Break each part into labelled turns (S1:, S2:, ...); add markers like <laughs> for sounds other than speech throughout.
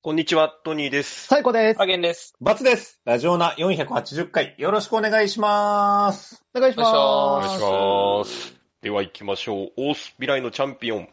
S1: こんにちは、トニーです。
S2: 最高です。
S3: 加減です。
S4: バツです。ラジオナ480回、よろしくお願いします。
S2: お願いします。
S3: お
S1: お願いします。では行きましょう。オース未来のチャンピオン。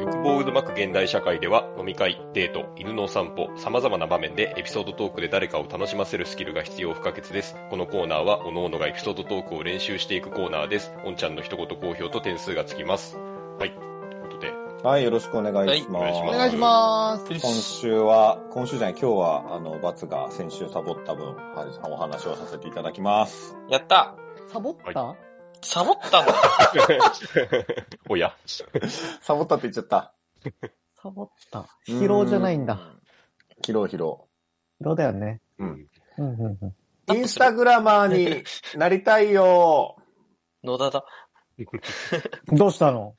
S1: 欲望渦巻く現代社会では、飲み会、デート、犬のお散歩、様々な場面でエピソードトークで誰かを楽しませるスキルが必要不可欠です。このコーナーは、各々がエピソードトークを練習していくコーナーです。おんちゃんの一言好評と点数がつきます。はい。ということで、
S4: はい、よろしくお願いします。
S1: はいお
S2: お願いします。
S4: 今週は、今週じゃない、今日は、あの、バツが先週サボった分、はお話をさせていただきます。
S3: やった
S2: サボった、
S3: サボったの
S1: <laughs> おや。
S4: サボったって言っちゃった。
S2: サボった。疲労じゃないんだ。
S4: うん。疲労疲労。
S2: 疲労だよね。
S4: うん。
S2: うんうんうん。
S4: インスタグラマーになりたいよ。
S3: 野田だ。
S2: どうしたの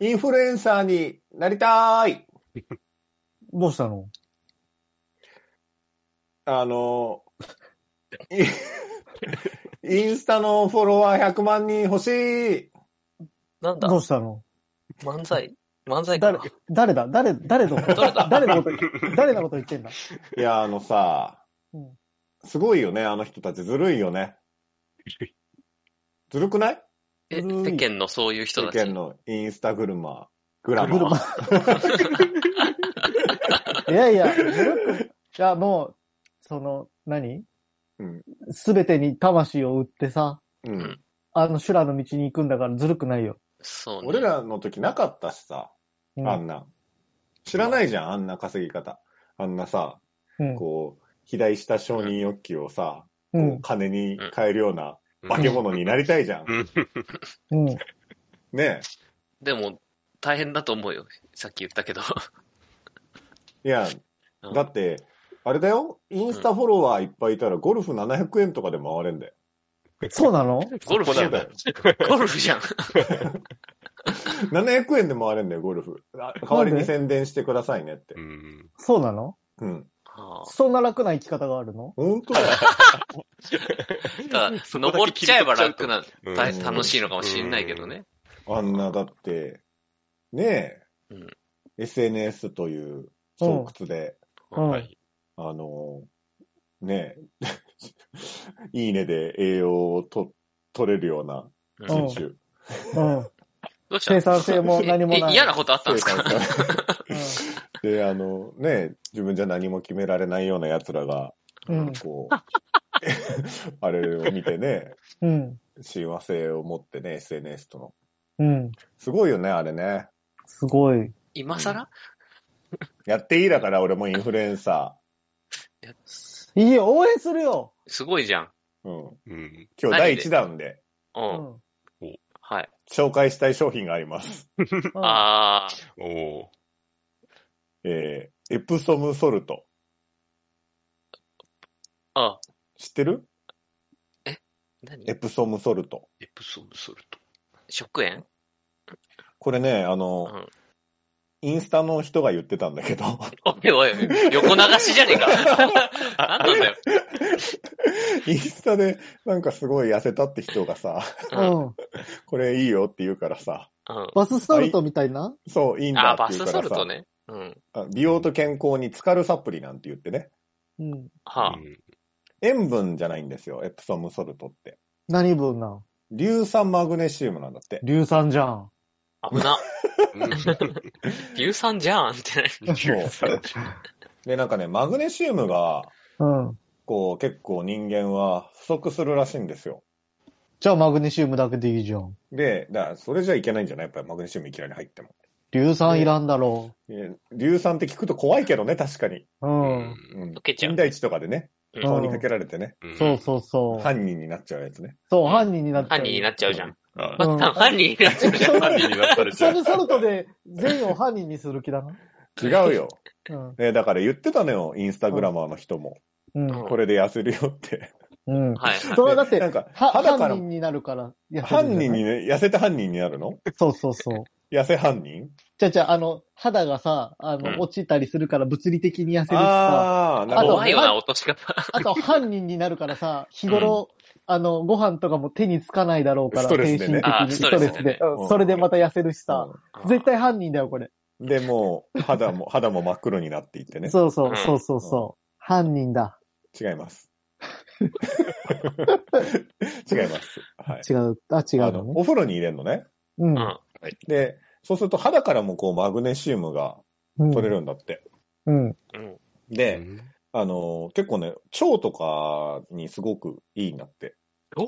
S4: インフルエンサーになりたい。
S2: どうしたの
S4: あの、いインスタのフォロワー100万人欲しい。
S3: なんだ
S2: どうしたの
S3: 漫才漫才か
S2: 誰
S3: な、
S2: 誰だ誰、誰のこと
S3: 誰だ
S2: 誰のこと、誰のこと言ってんだ
S4: いや、あのさ、
S2: うん
S4: すごいよね、あの人たち。ずるいよね。ずるくない
S3: え、世間のそういう人
S4: 世
S3: たち。
S4: 間のインスタグルマー、グラ
S2: グ
S4: マ
S2: ル
S4: ー。
S2: マ。いやいや、ずるく、いやもう、その、何
S4: うん
S2: すべ、てに魂を売ってさ、
S4: うん。
S2: あの修羅の道に行くんだからずるくないよ。
S3: そうね。
S4: 俺らの時なかったしさ、
S2: うん
S4: あんな。知らないじゃん、あんな稼ぎ方。あんなさ、
S2: うん
S4: こう、肥大した承認欲求をさ、
S2: う
S4: こ
S2: ん
S4: う。金に変えるような化け物になりたいじゃん。
S1: うん
S2: うん。
S4: ね
S3: でも、大変だと思うよ。さっき言ったけど。
S4: え。いや、
S3: うん
S4: だって、あれだよ、インスタフォロワーいっぱいいたらゴルフ700円とかで回れんだよ。
S2: そうなの
S3: ゴルフじゃん。
S4: そうだよ
S3: ゴルフじゃん。
S4: 700円で回れんだよ、ゴルフ。あ代わりに宣伝してくださいねって
S1: う。ん
S2: そうなの
S4: うん。
S3: あ
S2: そんな楽な生き方があるの
S4: 本当だよ。
S3: ーただ、登っちゃえば楽な、
S1: うん
S3: た楽しいのかもしれないけどね。
S4: あんな、だって、ね
S3: う
S4: え、
S3: ん
S4: SNS という洞窟で、
S2: うん。
S1: はい。
S4: あの、ねえ、 <laughs> いいねで栄養をと取れるような
S3: うん
S2: うん
S4: 選手。
S2: うん。
S3: どうした
S2: 生産性も何もな
S3: え
S2: い。
S3: 嫌なことあったんです
S4: そう
S3: か
S4: いう感
S2: うん
S4: じ <laughs> で、あの、ねえ、自分じゃ何も決められないような奴らが、
S2: うん
S4: こう、 <laughs> あれを見てね、
S2: うん。
S4: 親和性を持ってね、SNS との。
S2: うん。
S4: すごいよね、あれね。
S2: すごい。
S3: 今更、
S4: やっていいだから、俺もインフルエンサ
S3: いやす
S2: いいよ、応援するよ。
S3: すごいじゃん。
S4: ー。うん。
S1: うん。
S4: 今日第1弾で
S2: う
S3: う。
S2: んん。
S3: はい。
S4: 紹介したい商品があります。
S2: あ
S3: ああ、
S1: おー。
S4: えー、エプソムソルト。
S3: あ
S4: 知ってる
S3: 何
S4: エプソムソルト。
S1: エプソムソルト。
S3: 食塩
S4: これね、あの、
S3: うん
S4: インスタの人が言ってたんだけど、 <laughs>
S3: おいおい、横流しじゃねえか。なんなんだよ。
S4: インスタでなんかすごい痩せたって人がさ、
S3: うん
S2: うん。
S4: これいいよって言うからさ、
S3: うん
S2: バスソルトみたいな
S4: そう、いいんだ
S3: あ、
S4: って
S3: バ
S4: 言
S3: ス
S4: うか
S3: ソ
S4: ら
S3: ル
S4: さ、
S3: トね。うん。
S4: あ美容と健康に浸かるサプリなんて言ってね、
S2: うん。
S3: はあ。
S4: 塩分じゃないんですよ、エプソムソルトって。
S2: 何分なん
S4: 硫酸マグネシウムなんだって。
S2: 硫酸じゃん。
S3: 危な。
S1: うん。
S3: 硫酸じゃんってね。
S4: そうで、なんかね、マグネシウムが、
S2: うん。
S4: こう、結構人間は不足するらしいんですよ。
S2: じゃあマグネシウムだけでいいじゃん。
S4: で、だからそれじゃいけないんじゃないやっぱりマグネシウムいきなり入っても。
S2: 硫酸いらんだろ
S4: え硫酸って聞くと怖いけどね、確かに。
S2: う。
S1: う
S2: うん。
S4: うん
S3: 溶。けちゃう
S4: 金田一とかでね、
S3: うん
S4: 顔にかけられてね、
S1: ん
S2: そうそうそう。
S4: 犯人になっちゃうやつね。
S2: そう、犯人になっちゃう。
S3: 犯人になっちゃうじゃん。
S1: あ
S2: う
S3: ま
S2: ん
S3: あ、犯人になっちゃうじゃん。
S1: 犯人になされ
S2: エプ
S1: ちゃ
S2: ソ
S1: う。
S2: ムソルトで全員を犯人にする気だな。
S4: 違うよ。
S2: うん。
S4: ね、だから言ってたのよ、インスタグラマーの人も。
S2: うん。
S4: これで痩せるよって。
S2: うん。
S3: はいはい。
S2: <laughs> それはだって、
S4: な
S2: は
S4: んか、肌か
S2: 犯
S4: ら、
S2: 人になるからやってるんじゃな
S4: 犯
S2: い
S4: 人にね、痩せて犯人になるの
S2: そうそうそう。
S4: 痩せ犯人
S2: じゃあじゃあ、あの、肌がさ、あの、
S3: うん
S2: 落ちたりするから物理的に痩せるしさ、
S4: ああ、なるほど
S3: 怖いよな、落とし方。
S2: あと犯人になるからさ、日頃、あの、ご飯とかも手につかないだろうから、
S4: ストレ
S2: 精
S4: スで
S2: 神
S4: ね
S2: 的に。
S3: あストレスでね
S2: うん
S4: うん
S2: それでまた痩せるしさ。
S3: うん
S2: 絶対犯人だよ、これ。
S4: で、もう、肌も、肌も真っ黒になっていってね。
S2: そうそうう、
S3: ん
S2: そうそうそう。犯人だ。
S4: 違います。 <laughs> 違います。はい。
S2: 違う、あ、違う
S4: あ
S2: の
S4: の、
S2: ね。
S4: お風呂に入れるのね。
S2: うん
S3: うん
S4: で、そうすると肌からもこうマグネシウムが
S2: うん。
S4: 取れるんだって。
S2: うん。
S3: うん。
S4: で、あの、結構ね、腸とかにすごくいいんだって。
S3: お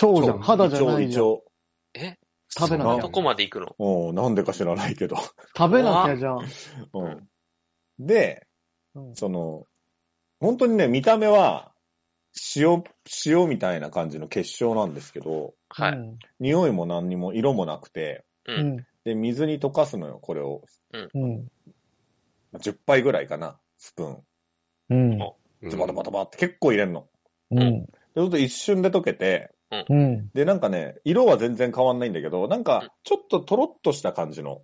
S2: 腸じゃん。
S4: 腸
S2: 肌じゃない
S4: 胃
S2: じゃん。
S4: 腸、
S3: え
S2: 食べなきゃ
S3: そんなとこまで行くの
S4: 胃腸。うん、なんでか知らないけど。
S2: 食べなきゃじゃん。
S4: うん。で、
S2: うん。
S4: その、本当にね、見た目は、塩、塩みたいな感じの結晶なんですけど、
S3: はいう
S2: ん
S4: 匂いも何にも色もなくて、
S3: う。
S2: うんん。
S4: で、水に溶かすのよ、これを。
S2: うん。
S4: 10杯ぐらいかな、スプーン。
S2: うん。
S4: ズバタバタバって結構入れんの。
S2: うん。
S4: で、ちょっと一瞬で溶けて、
S2: うん。
S4: で、なんかね、色は全然変わんないんだけど、なんか、ちょっととろっとした感じの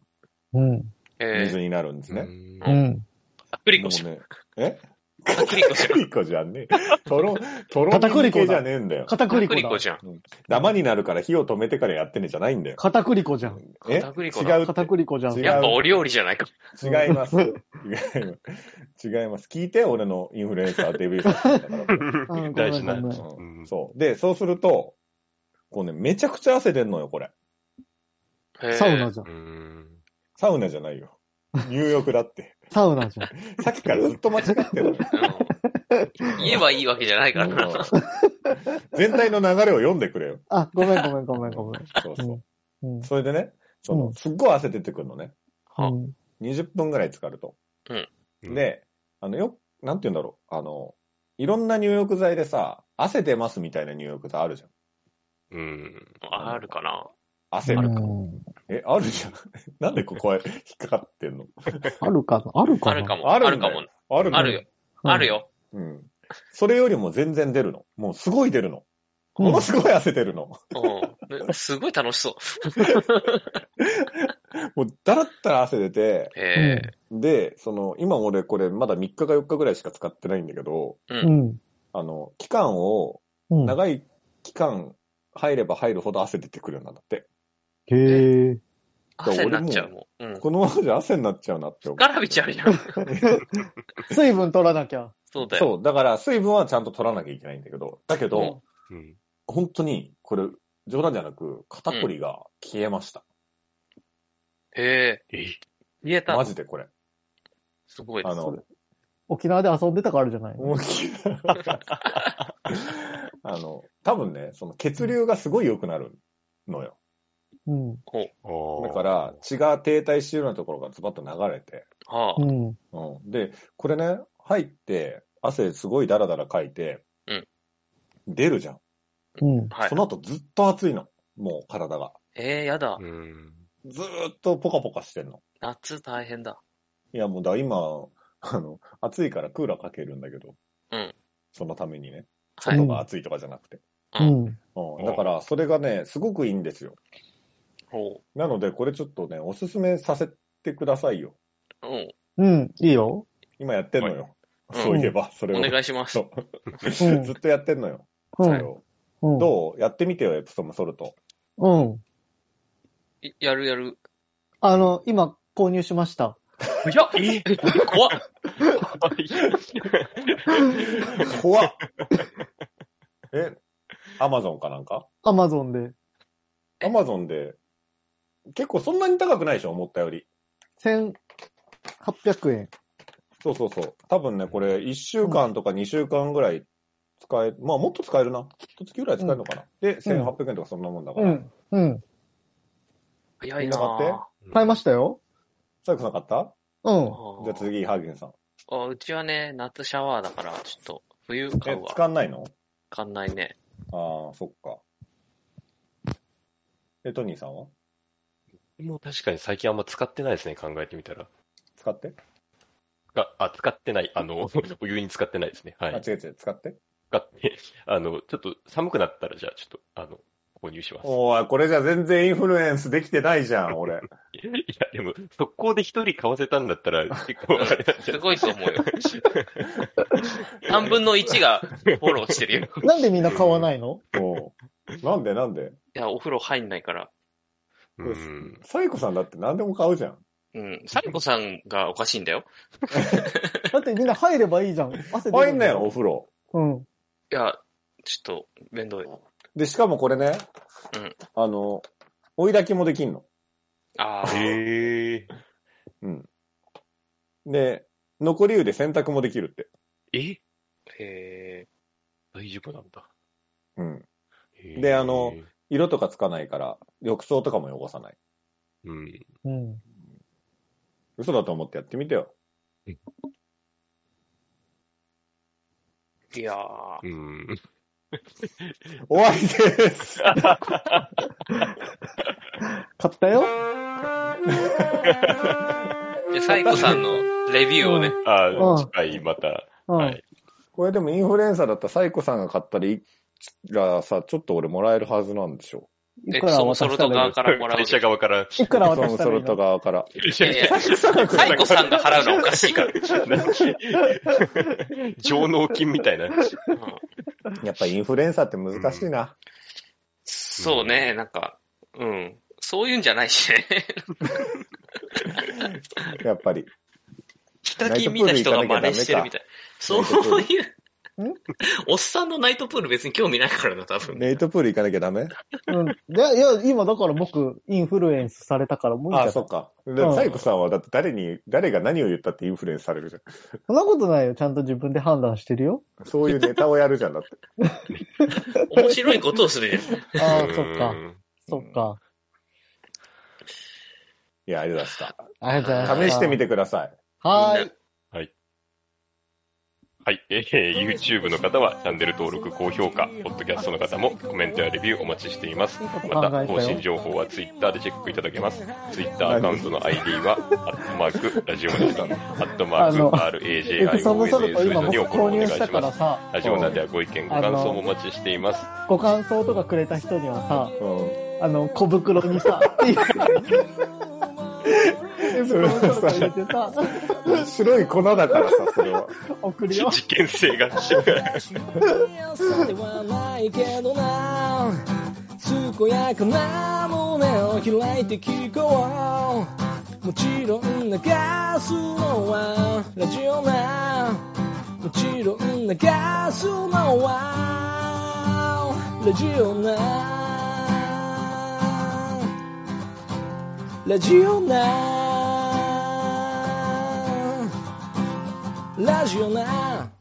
S2: うん。
S3: え
S4: 水
S3: ー、
S4: になるんですね。
S2: う
S1: ね。
S2: ん。
S3: アクリ
S4: で
S3: コ
S4: も
S3: じゃん。
S4: ね、え
S3: アクリコじゃん。
S4: 片栗粉じゃんねえ。とろ、とろ
S2: 片栗粉だ
S4: じゃねえんだよ。
S2: 片
S3: アク
S2: 栗
S3: リ
S2: 粉
S3: コ
S2: だ。
S3: じゃん。
S4: ダマになるから火を止めてからやってねじゃないんだよ。
S2: 片栗粉じゃん。
S4: え違
S3: 片栗粉だ
S4: うって。
S2: 片栗粉じゃん。
S4: 違う
S3: やっぱお料理じゃないか。
S4: 違います。違 <laughs> います。違います。聞いて、俺のインフルエンサーデビュー作品だから。
S2: うん
S1: 大事な
S2: ごめんごめん
S1: うん
S4: そう。で、そうすると、こうね、めちゃくちゃ汗出んのよ、これ。
S3: へー
S2: サウナじゃん。
S1: うん
S4: サウナじゃないよ。入浴だって。
S2: サウナじゃん。
S4: さっきからずっと間違ってるのよ。
S3: うん言えばいいわけじゃないからな。
S4: 全体の流れを読んでくれよ。
S2: あ、ごめんごめんごめんごめん。
S4: そうそう。
S2: うん。
S4: それでね、そうの、
S2: ん
S4: すっごい汗出てくるのね。
S3: は
S2: うん
S4: 20分ぐらい浸かると。
S1: うん
S4: で、あの、よ、なんて言うんだろう。あの、いろんな入浴剤でさ、汗出ますみたいな入浴剤あるじゃん。
S1: うん。
S3: あるかな。
S4: 汗
S2: う
S4: るか。
S2: ん
S4: え、あるじゃん。 <laughs> なんでここへ引 <laughs> っかかってんの
S2: あるかなあるかな
S3: あるかも。
S4: あ
S3: あ
S4: る
S3: る
S4: んだ
S3: か
S4: よ
S3: も。
S4: あるの
S3: あるよ。。
S2: うん
S3: ある。よ。
S4: うん。それよりも全然出るの。もうすごい出るの。
S2: うん
S4: ものすごい汗出るの。
S3: うん。すごい楽しそう。
S4: もうだらったら汗出て、
S3: へ
S4: で、その、今俺これまだ3日か4日ぐらいしか使ってないんだけど、
S3: え。
S2: う
S3: う。
S2: んん。
S4: あの、期間を、
S2: うん
S4: 長い期間入れば入るほど汗出てくるようになんだって。
S2: へえ。
S3: 汗になっちゃうもん。うん。
S4: このままじゃ汗になっちゃうなって思う。
S3: ガラビちゃうじゃん。
S2: 水分取らなきゃ。
S3: そうだよ。
S4: そう、だから水分はちゃんと取らなきゃいけないんだけど、だけど、
S3: うん
S1: うん
S4: 本当に、これ、冗談じゃなく、肩こりが消えました。
S3: へえ。
S1: え
S3: 言えた
S4: マ。ジでこれ。
S3: すごいで
S4: あ
S3: す。
S4: の、
S2: 沖縄で遊んでたからじゃない
S4: 思いっ
S3: <laughs>
S4: きりあの、多分ね、その血流がすごい良くなるのよ。
S2: うん。
S4: だから、、血が停滞してるようなところがズバッと流れて。
S3: はあ
S2: う。ん。
S4: うん、で、これね、入って、汗すごいダラダラかいて、
S3: うん
S4: 出るじゃん。
S2: うん。
S3: はい
S4: そ。の後ずっと熱いの。もう体が。
S3: ええ、やだ
S1: う。ん。
S4: ずーっとポカポカしてんの。
S3: 夏大変だ。
S4: いや、もうだ、今、あの、暑いからクーラーかけるんだけど。
S3: うん
S4: そのためにね。
S3: は
S4: 外
S3: い。
S4: が暑いとかじゃなくて。
S2: うん。
S4: うん。だから、それがね、すごくいいんですよ。
S3: ほ
S4: なので、これちょっとね、おすすめさせてくださいよ。
S3: う。うん。
S2: うん。いいよ。
S4: 今やってんのよ。
S3: はい
S4: そういえば、それを。
S3: お願いします。
S4: そう <laughs> う。ず
S2: ん
S4: っ。とやってんのよ。
S2: う
S4: それ
S2: ん。
S4: を
S2: うん。
S4: どうやってみてよ、エプソムソ
S2: <laughs>
S4: ルト。
S2: うん。
S3: いやるやる。
S2: あの、今、購入しました。
S3: いや、え <laughs> 怖っ。
S4: 怖っえ、アマゾンかなんか
S2: アマゾンで。
S4: アマゾンで、結構そんなに高くないでしょ、思ったより。
S2: 1800円。
S4: そうそうそう。多分ね、これ1週間とか2週間ぐらい使え、まあもっと使えるな。一月ぐらい使えるのかな。で、1800円とかそんなもんだか
S2: う
S4: ら。
S2: ん。うん。
S3: 早い
S4: ちょっと待っ
S3: な
S2: 買いま
S1: し
S2: したよ。
S4: サイクさん買った
S2: うん。
S4: じゃあ
S3: ぁ。
S4: 次、ハーゲンさん。
S3: あうちはね、夏シャワーだから、ちょっと、冬買
S4: え
S3: う、わ。
S4: 使んないの
S3: 買んない
S4: <laughs>
S3: ね。
S4: ああ、そっか。え、トニーさんは
S1: もう確かに最近あんま使ってないですね、考えてみたら。
S4: 使って
S1: あ、あ使ってない。あの、お湯に使ってないですね。は
S4: あ、
S1: い。
S4: 違う違う、使って
S1: <laughs> 使って、あの、ちょっと寒くなったら、じゃあ、ちょっと、あの、購入します。
S4: おい、これじゃ全然インフルエンスできてないじゃん、俺。
S1: いや、でも、速攻で一人買わせたんだった
S4: <laughs>
S1: ら、結構あれなんじゃ
S3: す
S1: ない
S3: ごいと思うよ。3分の1がフォローして
S4: <laughs>
S3: るよ。
S2: なんでみんな買わないの
S4: おうなんでなんで
S3: いや、お風呂入んないから。
S1: うん。
S4: サイコさんだって何でも買うじゃん。
S3: うん。サリコさんがおかしいんだよ。
S2: だってみんな入ればいいじゃん。汗出るだ
S4: 入んなよ、お。風呂。
S2: うん。
S3: いや、ちょっと、面倒い。
S4: で、しかもこれね、
S3: うん
S4: あの、追い焚きもできんの。
S3: ああ。
S1: へえ。
S4: で、残り湯で洗濯もできるって。
S1: え
S3: へ
S1: 大丈夫なんだ。
S4: うん。
S1: へー
S4: であの、色とかつかないから、浴槽とかも汚さない。
S1: うん。
S2: うん。
S4: 嘘だと思ってやってみてよ。
S3: え。いやー
S1: うん。
S4: 終わりです。
S2: 買ったよ。
S3: じゃあサイコさんのレビューをね。
S1: あ
S2: うん
S1: ー、次回また。
S2: うん。
S1: はい
S4: これでもインフルエンサーだったらサイコさんが買ったり、らさ、ちょっと俺もらえるはずなんでしょ
S2: い
S3: エ
S2: く
S3: プ
S2: ら
S3: ソム
S2: 渡
S3: ソル
S2: した
S3: ト
S2: らい
S3: 側からもらうで
S1: 会
S3: しょ。
S1: 社側から。
S2: いいくら
S4: う。
S2: 渡
S4: ム
S2: し
S4: ソ
S2: たらい
S4: ル
S2: い
S4: ト
S2: の
S4: 側から。
S3: いやいや、サイコさんが払うのはおかしいから。
S1: <laughs> 上納金みたいな。
S3: うん
S4: やっぱインフルエンサーって難しいな。
S3: そうね、なんか、うん。そういうんじゃないし <laughs> ね。
S4: <laughs> やっぱり。
S3: 下着見た人が真似してるみたい。
S4: ナ
S3: そ
S4: イトプール行かなきゃダメ
S2: ナ
S3: ういう
S4: か
S2: イトプールん。
S3: おっさんのナイトプール別に興味ないからな、多分。
S4: ネイトプール行かなきゃダメ
S2: うん。いや、いや、今だから僕、インフルエンスされたから無理だ
S4: あ
S2: よ
S4: あ、そっか。でもサイコさんはだって誰に、誰が何を言ったってインフルエンスされるじゃ
S2: そんなことないよ。ちゃんと自分で判断してるよ。
S4: ん。そういうネタをやるじゃんだって。
S3: 面白いことをするじ
S2: ああ
S1: う、ん
S2: そっか。。そっか。
S4: いや、ありがとうござい
S2: ありがとうござい
S4: ま
S2: ま
S4: した。
S2: す。
S4: 試してみ
S2: て。
S4: てください。
S2: はー
S3: みん
S2: い。
S1: はい。えー YouTube の方はチャンネル登録、高評価、Podcast の方もコメントやレビューお待ちしています。また、更新情報は Twitter でチェックいただけます。Twitter アカウントの ID は、アットマーク、ラジオナで、ア
S2: <laughs>
S1: ットマ
S2: あの
S1: ーク、
S2: エプソムソ
S1: RAJIONA
S2: ルト
S1: 数字
S2: 今
S1: の
S2: 僕
S1: 2をフォロ
S2: 購
S1: ーお願
S2: 入
S1: い
S2: し
S1: した
S2: か
S1: ま
S2: ら
S1: す。
S2: さ、
S1: ラジオナではご意見、ご感想もお待ちしています。
S2: ご感想とかくれた人にはさ、
S4: う
S2: あの、小袋に
S4: <laughs>
S2: さ、っていう。エプソムソルト入れて
S4: <laughs>
S2: さ、
S4: ん。白い粉だからさ、それは。
S2: 送るよ。
S1: 事件性が。
S5: はないけどな健やかな胸を開いて聞こうもちろん流すのはラジオなもちろん流すのはラジオなラジオなラジオな